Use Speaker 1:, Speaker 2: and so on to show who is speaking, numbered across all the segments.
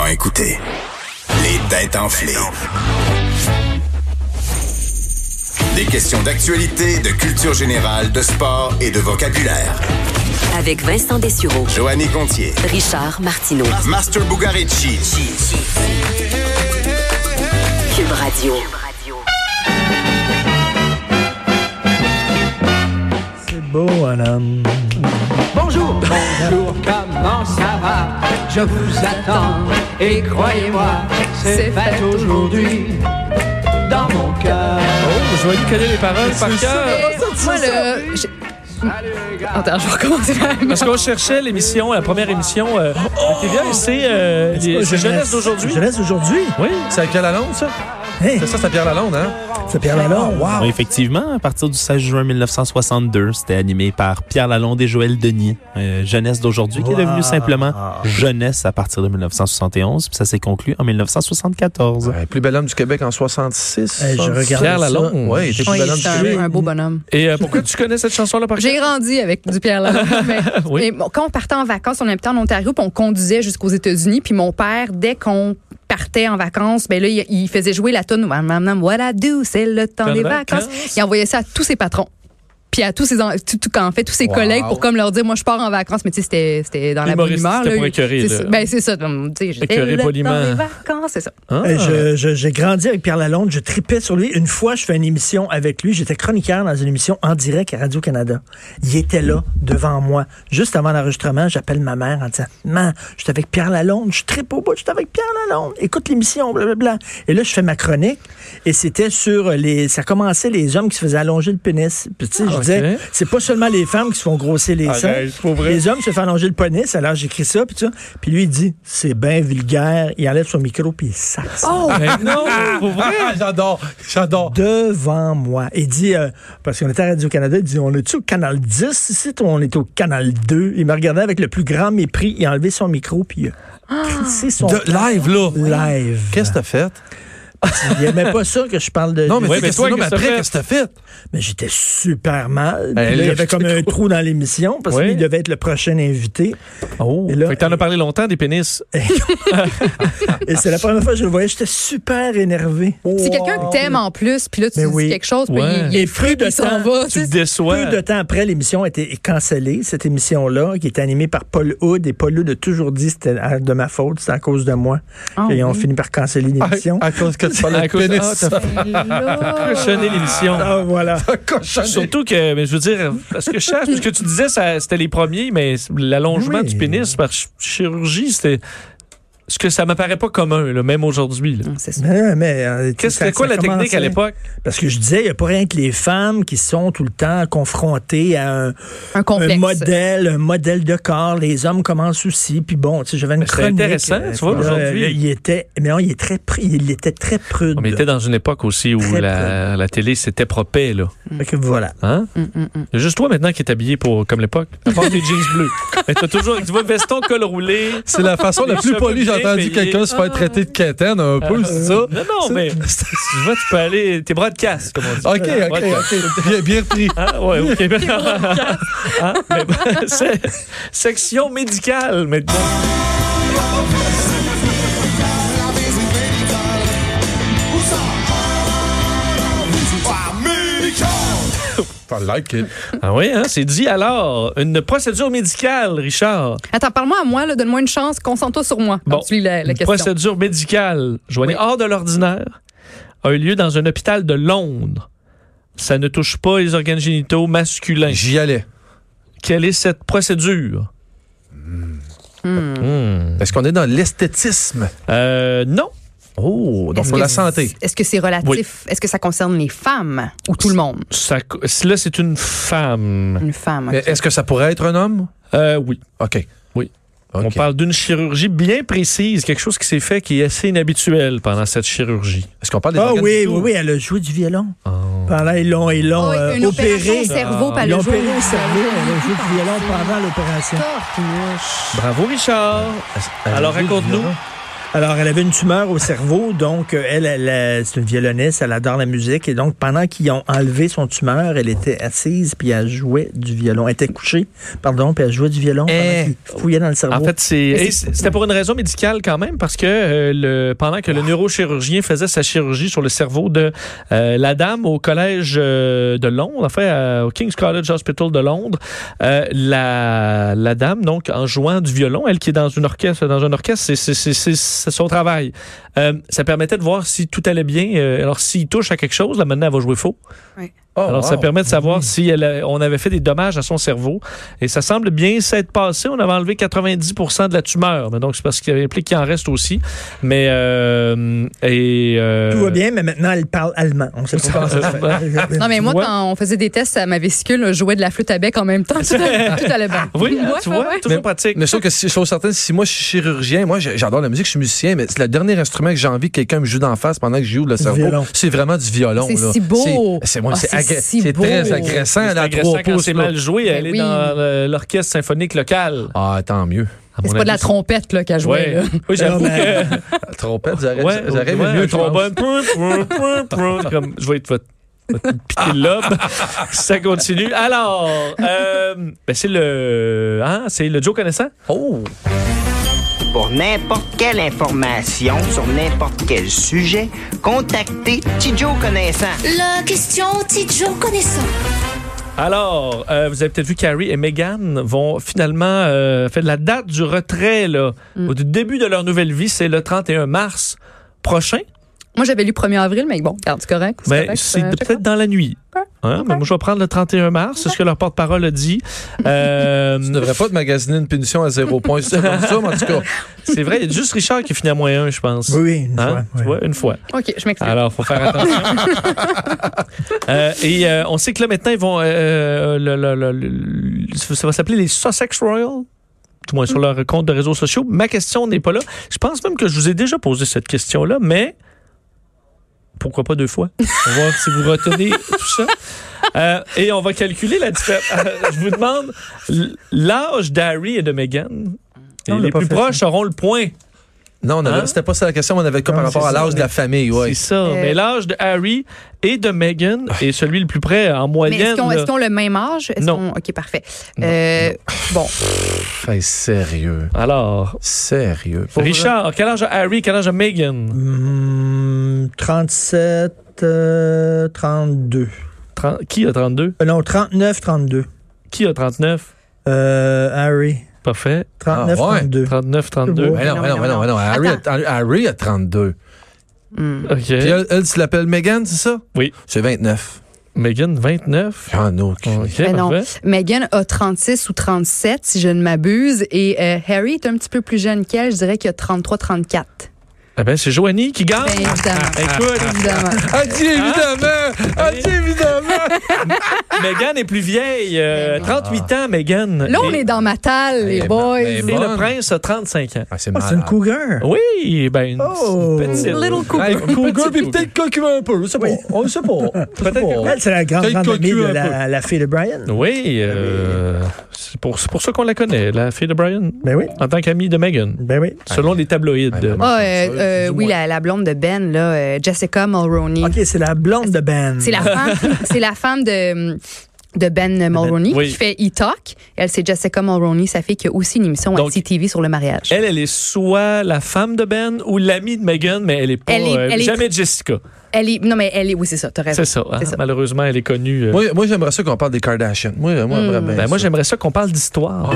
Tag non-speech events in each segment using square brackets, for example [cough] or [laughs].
Speaker 1: à écouter. Les têtes enflées. Des questions d'actualité, de culture générale, de sport et de vocabulaire.
Speaker 2: Avec Vincent Dessureau,
Speaker 1: Joanny Gontier.
Speaker 2: Richard Martineau,
Speaker 1: Master Bugarici.
Speaker 2: Cube Radio.
Speaker 3: C'est beau, Adam.
Speaker 4: Bonjour, bonjour, comment ça va Je vous attends et croyez-moi, c'est fait aujourd'hui dans mon cœur.
Speaker 5: Oh, je vais connaître les paroles par cœur.
Speaker 6: Mais Moi, le. j'ai- Attends, je vais recommencer la même.
Speaker 5: Parce qu'on cherchait l'émission, la première émission euh, à TVA, et c'est euh, les- c'est Jeunesse d'aujourd'hui.
Speaker 3: Jeunesse d'aujourd'hui.
Speaker 5: Oui,
Speaker 7: C'est à Pierre Lalonde, ça?
Speaker 3: Hey,
Speaker 7: C'est ça, c'est à Pierre Lalonde, hein?
Speaker 3: c'est Pierre Lalonde. Wow.
Speaker 8: Oui, effectivement, à partir du 16 juin 1962, c'était animé par Pierre Lalonde et Joël Denis. Euh, jeunesse d'aujourd'hui, qui est devenu simplement Jeunesse à partir de 1971, puis ça s'est conclu en 1974.
Speaker 7: Ouais, Ben, plus bel homme du Québec en 66.
Speaker 3: Hey, je regarde
Speaker 7: Pierre
Speaker 3: ça.
Speaker 7: Lalonde. Oui, il était plus
Speaker 6: Oui,
Speaker 7: bel homme
Speaker 6: c'est
Speaker 7: du
Speaker 6: un,
Speaker 7: Québec.
Speaker 6: un beau bonhomme.
Speaker 5: et euh, pourquoi tu connais cette chanson-là par
Speaker 6: J'ai grandi avec du Pierre Lalonde.
Speaker 5: [laughs]
Speaker 6: mais-
Speaker 8: [laughs]
Speaker 5: Oui.
Speaker 6: mais bon, quand on partait en vacances, on habitait en Ontario, puis on conduisait jusqu'aux États-Unis. Puis mon père, dès qu'on partait en vacances, ben là, il, il faisait jouer la tune Voilà, do, c'est le temps
Speaker 5: Temps
Speaker 6: des
Speaker 5: de
Speaker 6: vacances.
Speaker 5: vacances.
Speaker 6: Il envoyait ça à tous ses patrons. Puis à tous ses, en- tout, tout- en fait, tous ses collègues pour comme leur dire, moi, je pars en vacances. Mais tu sais, c'était- c'était dans la bonne
Speaker 5: Humoriste,
Speaker 6: humeur.
Speaker 5: c'était
Speaker 6: là.
Speaker 5: pour écœurer,
Speaker 6: C'est
Speaker 5: là.
Speaker 6: ça. Ben, c'est ça. donc, tu sais, j'étais
Speaker 5: Écœurer
Speaker 6: le temps des
Speaker 5: poliment.
Speaker 6: vacances, c'est ça.
Speaker 5: Ah.
Speaker 3: Hey, Euh, je- je- J'ai grandi avec Pierre Lalonde, je tripais sur lui. Une fois, je fais une émission avec lui. J'étais chroniqueur dans une émission en direct à Radio-Canada. Il était là, devant moi. Juste avant l'enregistrement, j'appelle ma mère en disant Man, je suis avec Pierre Lalonde, je tripe au bout, je suis avec Pierre Lalonde. Écoute l'émission, blablabla. Et là, je fais ma chronique. Et c'était sur les. Ça commençait les hommes qui se faisaient allonger le pénis. Puis, tu sais, je
Speaker 5: Ah, ok.
Speaker 3: disais, c'est pas seulement les femmes qui se font grossir les seins. Les hommes se font allonger le pénis. Alors, j'écris ça, puis tout ça. Puis lui, il dit, c'est bien vulgaire. Il enlève son micro, puis il sac
Speaker 7: Oh!
Speaker 8: [laughs]
Speaker 5: Ben non, pour vrai.
Speaker 7: Ah, j'adore, j'adore.
Speaker 3: devant moi. Il dit, euh, parce qu'on était à Radio-Canada, il dit, on est-tu au canal 10 ici ou on est au canal 2? Il me regardait avec le plus grand mépris, il a enlevé son micro, puis il a crissé son
Speaker 7: De live, là.
Speaker 3: live.
Speaker 7: Qu'est-ce que t'as fait?
Speaker 3: Il aimait pas ça que je parle de...
Speaker 7: Non, mais,
Speaker 5: Ouais,
Speaker 7: tu sais,
Speaker 5: mais
Speaker 7: qu'est-ce
Speaker 5: toi,
Speaker 7: que- non, mais
Speaker 5: qu'est-ce que
Speaker 7: après,
Speaker 5: t'as
Speaker 7: qu'est-ce que t'as fait?
Speaker 3: Mais j'étais super mal. Puis
Speaker 7: Elle
Speaker 3: là, il y
Speaker 7: lève
Speaker 3: avait
Speaker 7: le
Speaker 3: comme un
Speaker 7: micro.
Speaker 3: trou dans l'émission, parce
Speaker 5: Ouais.
Speaker 3: qu'il devait être le prochain invité.
Speaker 5: Oh,
Speaker 3: Et là,
Speaker 5: fait que t'en as parlé longtemps des pénis.
Speaker 8: Oh,
Speaker 3: Et c'est la première fois que je le voyais, j'étais super énervé.
Speaker 6: Si quelqu'un que t'aimes en plus, puis là, tu
Speaker 3: Mais
Speaker 6: dis
Speaker 3: oui.
Speaker 6: quelque chose, puis
Speaker 5: Ouais.
Speaker 6: il, il
Speaker 3: Et
Speaker 6: est fru,
Speaker 3: plus de
Speaker 6: puis il s'en
Speaker 3: temps,
Speaker 6: va.
Speaker 5: Tu
Speaker 6: tu
Speaker 5: te
Speaker 6: sais.
Speaker 5: déçois.
Speaker 3: Peu de temps après, l'émission a été cancellée, cette émission-là, qui était animée par Paul Hood. Et Paul Hood a toujours dit c'était à- de ma faute, c'est à cause de moi.
Speaker 6: Ah,
Speaker 3: et ils ont
Speaker 6: oui.
Speaker 3: fini par canceller
Speaker 5: Ah,
Speaker 3: l'émission.
Speaker 7: À cause que tu parlais
Speaker 5: À
Speaker 7: de
Speaker 5: cause- Ah,
Speaker 7: pénis.
Speaker 5: t'as fait cochonner l'émission.
Speaker 3: Ah, voilà.
Speaker 5: Surtout que, mais je veux dire, parce que je cherche, parce que tu disais, ça- c'était les premiers, mais l'allongement
Speaker 3: Oui.
Speaker 5: du pénis par ch- chirurgie, c'était. Ce que ça m'apparaît pas commun, là, même aujourd'hui. là.
Speaker 6: C'est ça.
Speaker 3: Mais, mais, euh,
Speaker 5: Qu'est-ce
Speaker 3: ça-
Speaker 5: c'était quoi
Speaker 3: ça
Speaker 5: la technique
Speaker 3: commençait.
Speaker 5: à l'époque?
Speaker 3: Parce que je disais, il n'y a pas rien que les femmes qui sont tout le temps confrontées à un,
Speaker 6: Un complexe.
Speaker 3: un modèle, un modèle de corps. Les hommes commencent aussi. Puis bon, tu sais, j'avais une
Speaker 5: Mais c'est
Speaker 3: chronique.
Speaker 5: intéressant,
Speaker 3: euh,
Speaker 5: tu vois,
Speaker 3: puis là,
Speaker 5: aujourd'hui.
Speaker 3: euh, Il était, mais non, il est très, pr- il était très prude.
Speaker 5: On était dans une époque aussi où
Speaker 3: Très
Speaker 5: la, la télé s'était propée, là.
Speaker 3: Fait que voilà.
Speaker 5: Hein? Il y a Juste toi maintenant qui est habillé pour, comme l'époque. À part tes jeans bleus. [laughs] Mais t'as toujours, tu vois, veston, col roulé.
Speaker 7: C'est la façon la plus polie j'ai entendu quelqu'un se faire traiter de quétaine un peu, c'est ça?
Speaker 5: Euh, Non, non, mais tu vois, tu peux aller, tes bras de casse, comme on dit.
Speaker 7: OK,
Speaker 5: Tes bras
Speaker 7: OK,
Speaker 5: de casse.
Speaker 7: OK. Bien, bien repris.
Speaker 5: Hein? Ouais, ok. [laughs] Hein? Mais bon, [laughs] c'est- section médicale maintenant.
Speaker 7: I like it.
Speaker 5: Ah oui, hein, c'est dit alors. Une procédure médicale, Richard.
Speaker 6: Attends, parle-moi à moi, là, donne-moi une chance, concentre-toi sur moi. Bon, tu lis la, la
Speaker 5: une
Speaker 6: question.
Speaker 5: procédure médicale, joignée hors de l'ordinaire, a eu lieu dans un hôpital de Londres. Ça ne touche pas les organes génitaux masculins.
Speaker 7: J'y allais.
Speaker 5: Quelle est cette procédure?
Speaker 7: Est-ce qu'on est dans l'esthétisme?
Speaker 5: Euh, non.
Speaker 7: Oh, donc
Speaker 6: Est-ce
Speaker 7: pour
Speaker 6: que
Speaker 7: la
Speaker 6: c'est-
Speaker 7: santé.
Speaker 6: Est-ce que c'est relatif?
Speaker 5: Oui.
Speaker 6: Est-ce que ça concerne les femmes ou tout le monde?
Speaker 5: Ça co- là, c'est une femme.
Speaker 6: Une femme.
Speaker 7: Mais est-ce que ça pourrait être un homme?
Speaker 5: Euh, oui.
Speaker 7: OK.
Speaker 5: Oui. On
Speaker 7: OK.
Speaker 5: parle d'une chirurgie bien précise, quelque chose qui s'est fait qui est assez inhabituel pendant cette chirurgie.
Speaker 7: Est-ce qu'on parle des
Speaker 3: Ah
Speaker 7: organes
Speaker 3: oui, oui,
Speaker 7: vitaux?
Speaker 3: oui, elle a joué du violon.
Speaker 5: Ah.
Speaker 3: Pendant, ils l'ont, ils l'ont
Speaker 6: Oh,
Speaker 3: euh,
Speaker 6: une opération
Speaker 3: opéré. Ah.
Speaker 6: au cerveau, pas
Speaker 3: Ils
Speaker 6: le
Speaker 3: l'ont
Speaker 6: jour. Ah,
Speaker 3: opéré au cerveau, elle a joué du violon pendant l'opération.
Speaker 5: Bravo, Richard.
Speaker 7: Elle a
Speaker 5: Alors,
Speaker 7: joué du
Speaker 5: raconte-nous.
Speaker 7: violon.
Speaker 3: Alors, elle avait une tumeur au cerveau, donc euh, elle, elle, euh, c'est une violoniste, elle adore la musique. Et donc, pendant qu'ils ont enlevé son tumeur, elle était assise, puis elle jouait du violon. Elle était couchée, pardon, puis elle jouait du violon
Speaker 5: Eh.
Speaker 3: pendant qu'ils fouillaient dans le cerveau.
Speaker 5: En fait, c'est et c'est- c'était pour une raison médicale quand même, parce que euh, le, pendant que le neurochirurgien faisait sa chirurgie sur le cerveau de euh, la dame au collège euh, de Londres, enfin euh, au King's College Hospital de Londres, euh, la, la dame donc en jouant du violon, elle qui est dans une orchestre, dans un orchestre, c'est- c'est- c'est c'est- c'est son travail. Euh, ça permettait de voir si tout allait bien. Euh, alors s'il touche à quelque chose, là maintenant elle va jouer faux.
Speaker 3: Oh,
Speaker 5: Alors, ça
Speaker 3: wow.
Speaker 5: permet de savoir si elle a- on avait fait des dommages à son cerveau. Et ça semble bien s'être passé. On avait enlevé 90 de la tumeur. Mais donc, c'est parce qu'il implique qu'il en reste aussi. Mais, euh, et, euh,
Speaker 3: Tout va bien, mais maintenant, elle parle allemand. On sait pas comment ça se fait.
Speaker 6: Non, mais moi,
Speaker 5: Ouais.
Speaker 6: quand on faisait des tests à ma vésicule, je jouais de la flûte à bec en même temps. [laughs] Tout allait tout allait bien.
Speaker 5: Oui, hein,
Speaker 6: Ouais,
Speaker 5: tu
Speaker 6: ouais,
Speaker 5: vois,
Speaker 6: ouais.
Speaker 5: toujours pratique.
Speaker 7: Mais sauf que si, chose certaine, si moi je suis chirurgien, moi j'ai- j'adore la musique, je suis musicien, mais c'est le dernier instrument que j'ai envie que quelqu'un me joue d'en face pendant que je joue le cerveau.
Speaker 3: violon.
Speaker 7: C'est vraiment du violon.
Speaker 6: C'est
Speaker 7: là.
Speaker 6: si beau.
Speaker 7: C'est c'est- moi,
Speaker 6: Ah,
Speaker 7: c'est
Speaker 6: c'est
Speaker 7: agré-
Speaker 6: si
Speaker 7: c'est
Speaker 6: beau.
Speaker 7: très
Speaker 5: Mais
Speaker 7: agressant
Speaker 5: c'est
Speaker 7: à
Speaker 5: agressant
Speaker 7: trois
Speaker 5: quand
Speaker 7: pouces.
Speaker 5: c'est
Speaker 7: là.
Speaker 5: mal joué. Elle
Speaker 6: Ben
Speaker 5: est
Speaker 6: oui.
Speaker 5: dans euh, l'orchestre symphonique local.
Speaker 7: Ah, tant mieux.
Speaker 5: À
Speaker 6: C'est
Speaker 5: mon
Speaker 6: pas de la
Speaker 5: avis,
Speaker 6: trompette là, qu'elle
Speaker 5: c'est-
Speaker 6: jouait.
Speaker 5: Ouais.
Speaker 6: là.
Speaker 5: Oui, j'avoue
Speaker 3: Non, ben, mais-
Speaker 5: que.
Speaker 7: La trompette, vous aurez,
Speaker 5: Ouais,
Speaker 7: vous aurez
Speaker 5: ouais,
Speaker 7: mieux
Speaker 5: un
Speaker 7: je pense.
Speaker 5: trombone. Comme, je vais te, va te- va te piquer le lobe. ça continue. Alors, euh, ben c'est le. Hein, c'est le Joe connaissant?
Speaker 7: Oh!
Speaker 9: Pour n'importe quelle information sur n'importe quel sujet, contactez Tidjo Connaissant.
Speaker 10: La question Tidjo connaissant.
Speaker 5: Alors, euh, vous avez peut-être vu Carrie et Meghan vont finalement euh, faire de la date du retrait là,
Speaker 6: Mm.
Speaker 5: au début de leur nouvelle vie, c'est le 31 mars prochain.
Speaker 6: Moi, j'avais lu 1er avril, mais bon, regarde, c'est correct.
Speaker 5: Mais
Speaker 6: correct,
Speaker 5: c'est
Speaker 6: euh,
Speaker 5: peut-être dans la nuit. Hein? Mais moi, je vais prendre le 31 mars, c'est ce que leur porte-parole a dit. Euh,
Speaker 7: Tu devrais pas te magasiner une punition à zéro point. C'est comme ça, mais en tout cas.
Speaker 5: c'est vrai, il y a juste Richard qui finit à moins 1, je pense.
Speaker 3: Oui, une
Speaker 5: Hein?
Speaker 3: fois.
Speaker 5: Tu
Speaker 3: oui.
Speaker 5: vois, une fois.
Speaker 6: OK, je m'excuse.
Speaker 5: Alors, faut faire
Speaker 3: [laughs]
Speaker 5: attention. Euh, et euh, on sait que là, maintenant, ils vont. euh, euh, le- le- le- le- ça va s'appeler les Sussex Royal, du moins sur leur compte de réseaux sociaux. Ma question n'est pas là. Je pense même que je vous ai déjà posé cette question-là, mais pourquoi pas deux fois? On va voir si vous retenez tout ça. Euh, et on va calculer la différence. Euh, je vous demande l- l'âge d'Harry et de Meghan. Et
Speaker 3: on l'a
Speaker 5: les
Speaker 3: pas
Speaker 5: plus
Speaker 3: fait,
Speaker 5: proches auront le point.
Speaker 7: Non, on avait-
Speaker 5: Hein?
Speaker 7: c'était pas ça la question, mais on avait quoi par
Speaker 3: Non,
Speaker 7: rapport
Speaker 3: c'est
Speaker 7: à
Speaker 3: ça,
Speaker 7: l'âge de la famille, ouais. Ah.
Speaker 5: C'est ça.
Speaker 6: Euh,
Speaker 5: Mais l'âge de Harry et de Meghan est celui le plus près
Speaker 6: Mais
Speaker 5: en
Speaker 6: est-ce
Speaker 5: moyenne.
Speaker 6: qu'on
Speaker 5: là.
Speaker 6: est-ce qu'on a le même âge? Est-ce
Speaker 5: Non.
Speaker 6: qu'on- OK, parfait. Euh, Bon,
Speaker 7: Hey, sérieux.
Speaker 5: Alors,
Speaker 7: Sérieux. Pour
Speaker 5: Richard, quel âge a Harry, quel âge a Meghan?
Speaker 3: Hum, 37, euh, 32.
Speaker 5: Tren- Qui a 32?
Speaker 3: Euh, non, 39, 32.
Speaker 5: Qui a 39?
Speaker 3: Euh, Harry.
Speaker 5: Parfait.
Speaker 3: 39,
Speaker 7: Ah ouais.
Speaker 3: 32.
Speaker 5: 39, 32.
Speaker 7: vrai? Mais non, mais non, mais non, mais non. Harry, a, Harry a 32.
Speaker 5: OK.
Speaker 7: Puis elle, elle, tu l'appelles Megan, c'est ça?
Speaker 5: Oui. Ah
Speaker 7: C'est Ah, 29.
Speaker 5: Meghan, 29.
Speaker 7: J'en ai aucune.
Speaker 5: OK,
Speaker 6: mais Ben non.
Speaker 5: parfait.
Speaker 6: Meghan a 36 ou 37, si je ne m'abuse, et euh, Harry est un petit peu plus jeune qu'elle, je dirais qu'il a 33, 34.
Speaker 5: Eh ben, c'est Joanie qui gagne.
Speaker 6: Bien évidemment.
Speaker 5: Écoute,
Speaker 6: [laughs] évidemment.
Speaker 7: Ah, dis évidemment! Ah, dis évidemment!
Speaker 5: Meghan est plus vieille. euh, 38 ans, Meghan.
Speaker 6: Ben Là, on
Speaker 5: Et-
Speaker 6: est dans ma talle,
Speaker 7: Eh
Speaker 6: les
Speaker 7: ben,
Speaker 6: boys.
Speaker 7: ben,
Speaker 5: Et
Speaker 7: bon.
Speaker 5: le prince a 35 ans.
Speaker 7: Ah, c'est
Speaker 3: Ah, c'est une cougar.
Speaker 5: Oui, ben, une
Speaker 3: Oh.
Speaker 5: petite.
Speaker 6: Little cougar.
Speaker 7: Hey, cougar,
Speaker 5: Petit
Speaker 7: puis
Speaker 5: cougar.
Speaker 7: peut-être cocu un peu. Je sais pas. On le sait pas. Je sais
Speaker 5: Oh.
Speaker 7: pas.
Speaker 3: Elle, c'est la grande,
Speaker 7: Peut-être
Speaker 3: grande amie
Speaker 7: cocu
Speaker 3: de
Speaker 7: un
Speaker 3: la, la fille de Brian.
Speaker 5: Oui, euh, c'est pour, c'est pour ça qu'on la connaît, la fille de Brian,
Speaker 3: Ben oui,
Speaker 5: en tant qu'amie de Meghan,
Speaker 3: ben oui.
Speaker 5: selon les tabloïds.
Speaker 7: Ah, vraiment.
Speaker 6: Ah, euh,
Speaker 7: chanceuse,
Speaker 6: euh,
Speaker 7: dis-moi.
Speaker 6: oui, la, la blonde de Ben, là, euh, Jessica Mulroney.
Speaker 3: OK, c'est la blonde de Ben.
Speaker 6: C'est la
Speaker 5: [laughs]
Speaker 6: femme, c'est la femme de, de Ben Mulroney
Speaker 5: oui.
Speaker 6: qui fait E-Talk. Elle, c'est Jessica Mulroney, sa fille qui a aussi une émission
Speaker 5: Donc,
Speaker 6: à CTV sur le mariage.
Speaker 5: Elle, elle est soit la femme de Ben ou l'amie de Meghan, mais elle est pas
Speaker 6: Elle est-
Speaker 5: euh,
Speaker 6: elle est-
Speaker 5: jamais Jessica.
Speaker 6: Elle est, non, mais elle est, oui, c'est ça, t'as raison.
Speaker 5: C'est ça, hein?
Speaker 6: C'est ça.
Speaker 5: Malheureusement, elle est connue. euh.
Speaker 7: Moi, moi j'aimerais ça qu'on parle des Kardashians. Moi, moi, j'aimerais bien
Speaker 5: Ben, moi,
Speaker 7: ça.
Speaker 5: j'aimerais ça qu'on parle d'histoire.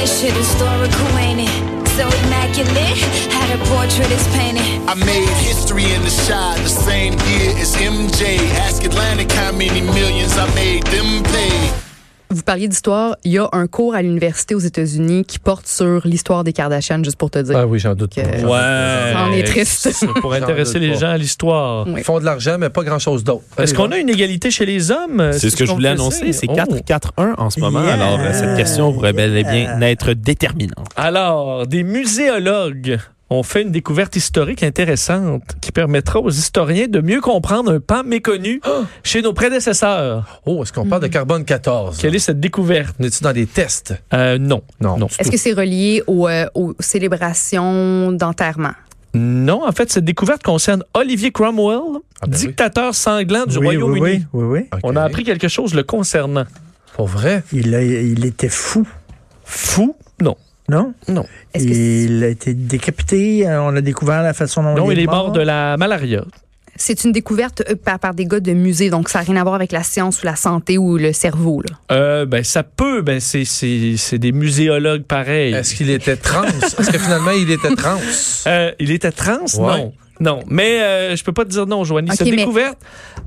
Speaker 10: This shit is historical, ain't it? So immaculate, how the portrait is painted.
Speaker 1: I made history in the shot the same year as MJ. Ask Atlantic how many millions I made them pay.
Speaker 6: Vous parliez d'histoire. Il y a un cours à l'université aux États-Unis qui porte sur l'histoire des Kardashians, juste pour te dire.
Speaker 7: Ah oui, j'en doute.
Speaker 6: Que-
Speaker 7: pas.
Speaker 5: Ouais.
Speaker 6: Ça en est triste.
Speaker 5: C'est Pour intéresser
Speaker 7: J'en doute
Speaker 5: les
Speaker 7: pas.
Speaker 5: gens à l'histoire.
Speaker 6: Oui.
Speaker 7: Ils font de l'argent, mais pas grand-chose d'autre.
Speaker 5: Est-ce qu'on a une égalité chez les hommes?
Speaker 8: C'est ce que je voulais annoncer, c'est
Speaker 5: Oh.
Speaker 8: 4-4-1 en ce moment.
Speaker 3: Yeah.
Speaker 8: Alors, euh, cette question pourrait bel et bien n'être déterminante.
Speaker 5: Alors, des muséologues on fait une découverte historique intéressante qui permettra aux historiens de mieux comprendre un pan méconnu
Speaker 3: [gasps]
Speaker 5: chez nos prédécesseurs.
Speaker 7: Oh, est-ce qu'on parle de carbone 14?
Speaker 5: Quelle est cette découverte?
Speaker 7: On est-tu dans des tests?
Speaker 5: Euh, non.
Speaker 7: Non.
Speaker 5: Non.
Speaker 6: Est-ce que c'est relié au, euh, aux célébrations d'enterrement?
Speaker 5: Non, en fait, cette découverte concerne Olivier Cromwell,
Speaker 7: Ah ben oui.
Speaker 5: dictateur sanglant du
Speaker 3: oui,
Speaker 5: Royaume-Uni.
Speaker 3: oui, oui, oui, oui.
Speaker 5: On a appris quelque chose le concernant.
Speaker 7: Pour vrai?
Speaker 3: Il, a- il était fou,
Speaker 5: Fou? Non.
Speaker 3: non?
Speaker 5: Non.
Speaker 6: Est-ce que c'est-
Speaker 3: Il a été décapité. euh, On a découvert la façon dont
Speaker 5: Non,
Speaker 3: il est mort.
Speaker 5: de la malaria.
Speaker 6: C'est une découverte euh, par, par des gars de musée, donc ça n'a rien à voir avec la science ou la santé ou le cerveau. là.
Speaker 5: Euh, ben, ça peut, ben, c'est, c'est, c'est des muséologues pareils.
Speaker 7: Est-ce qu'il
Speaker 5: [laughs]
Speaker 7: était trans? Est-ce que finalement, il était trans?
Speaker 5: Euh, il était trans?
Speaker 7: Ouais.
Speaker 5: Non. Non. Mais euh, je peux pas te dire non, Joanie.
Speaker 6: Ok,
Speaker 5: Cette
Speaker 6: mais-
Speaker 5: découverte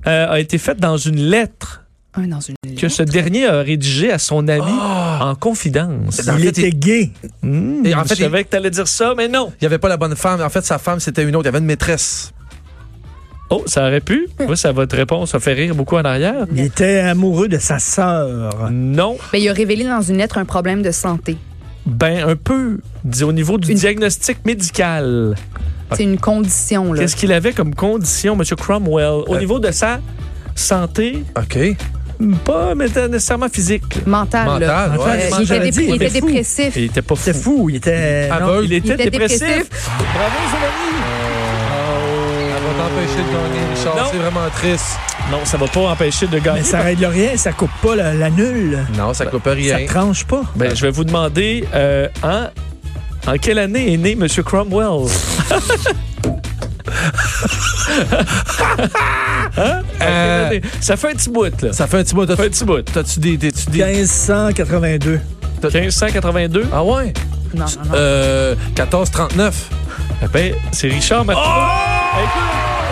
Speaker 5: euh, a été faite dans une lettre
Speaker 6: Un dans une
Speaker 5: que ce dernier a rédigée à son ami en confidence.
Speaker 7: En
Speaker 3: Il
Speaker 7: fait,
Speaker 3: était gay.
Speaker 5: Mmh,
Speaker 7: Et Ah! en
Speaker 5: je
Speaker 7: fait, il-
Speaker 5: savais que t'allais dire ça, mais non.
Speaker 7: Hmm. Il n'y avait pas la bonne femme. En fait, sa femme, c'était une autre. Il y avait une maîtresse.
Speaker 5: Oh, ça aurait pu.
Speaker 6: Hum.
Speaker 5: Moi, ça, votre réponse a fait rire beaucoup en arrière.
Speaker 3: Il était amoureux de sa sœur.
Speaker 5: Non.
Speaker 6: Mais Ben, il a révélé dans une lettre un problème de santé.
Speaker 5: Ben, un peu. Dis, au niveau du
Speaker 6: Une-
Speaker 5: diagnostic médical.
Speaker 6: C'est une condition. Là.
Speaker 5: Qu'est-ce qu'il avait comme condition, M. Cromwell? Au
Speaker 7: Euh.
Speaker 5: niveau de sa santé,
Speaker 7: OK.
Speaker 5: pas méta- nécessairement physique. là.
Speaker 6: Mental. là.
Speaker 7: Mentale,
Speaker 6: Euh,
Speaker 7: ouais.
Speaker 6: il
Speaker 3: mental,
Speaker 6: était, dépr-
Speaker 3: dit,
Speaker 6: il
Speaker 3: il
Speaker 6: était
Speaker 3: était fou.
Speaker 6: dépressif.
Speaker 5: Il était pas fou.
Speaker 3: Il était fou. Il était. non.
Speaker 7: Aveugle.
Speaker 5: Il était,
Speaker 6: était
Speaker 5: dépressif.
Speaker 6: dépressif.
Speaker 5: Bravo, Joanie.
Speaker 7: Elle va t'empêcher de gagner, Richard.
Speaker 5: Non.
Speaker 7: C'est vraiment triste.
Speaker 5: Non, ça va pas empêcher de gagner.
Speaker 3: Mais ça règle rien, ça coupe pas la, la nulle.
Speaker 7: Non, ça coupe rien.
Speaker 3: Ça tranche pas.
Speaker 5: Ben, je vais vous demander euh, en, en quelle année est né M. Cromwell? Hein? En quelle
Speaker 7: Euh,
Speaker 5: année? Ça fait un petit bout, là. Ça
Speaker 7: Ça fait un petit bout.
Speaker 5: fait un
Speaker 7: T'as-tu
Speaker 5: petit bout.
Speaker 7: t'as-tu des, des- tu des...
Speaker 3: 1582.
Speaker 5: 1582.
Speaker 7: Ah ouais?
Speaker 6: Non, non, non.
Speaker 7: Euh, 1439.
Speaker 5: Ah, ben, c'est Richard Martineau. Écoute,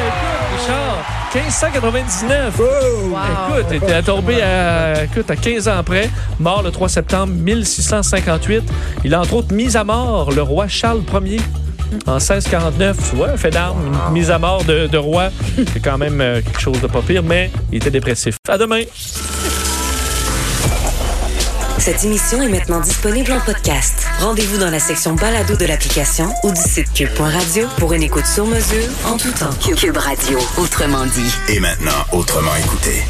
Speaker 5: écoute, Richard, 1599.
Speaker 6: Wow.
Speaker 5: Écoute, était tombé à, écoute, à 15 ans après, mort le 3 septembre 1658. Il a entre autres mis à mort le roi Charles Ier en 1649. Tu vois, un fait d'armes, une mise à mort de, de roi. C'est quand même euh, quelque chose de pas pire, mais il était dépressif. À demain!
Speaker 2: Cette émission est maintenant disponible en podcast. Rendez-vous dans la section balado de l'application ou du site cube.radio pour une écoute sur mesure en tout temps. Cube Radio, autrement dit.
Speaker 1: Et maintenant, autrement écouté.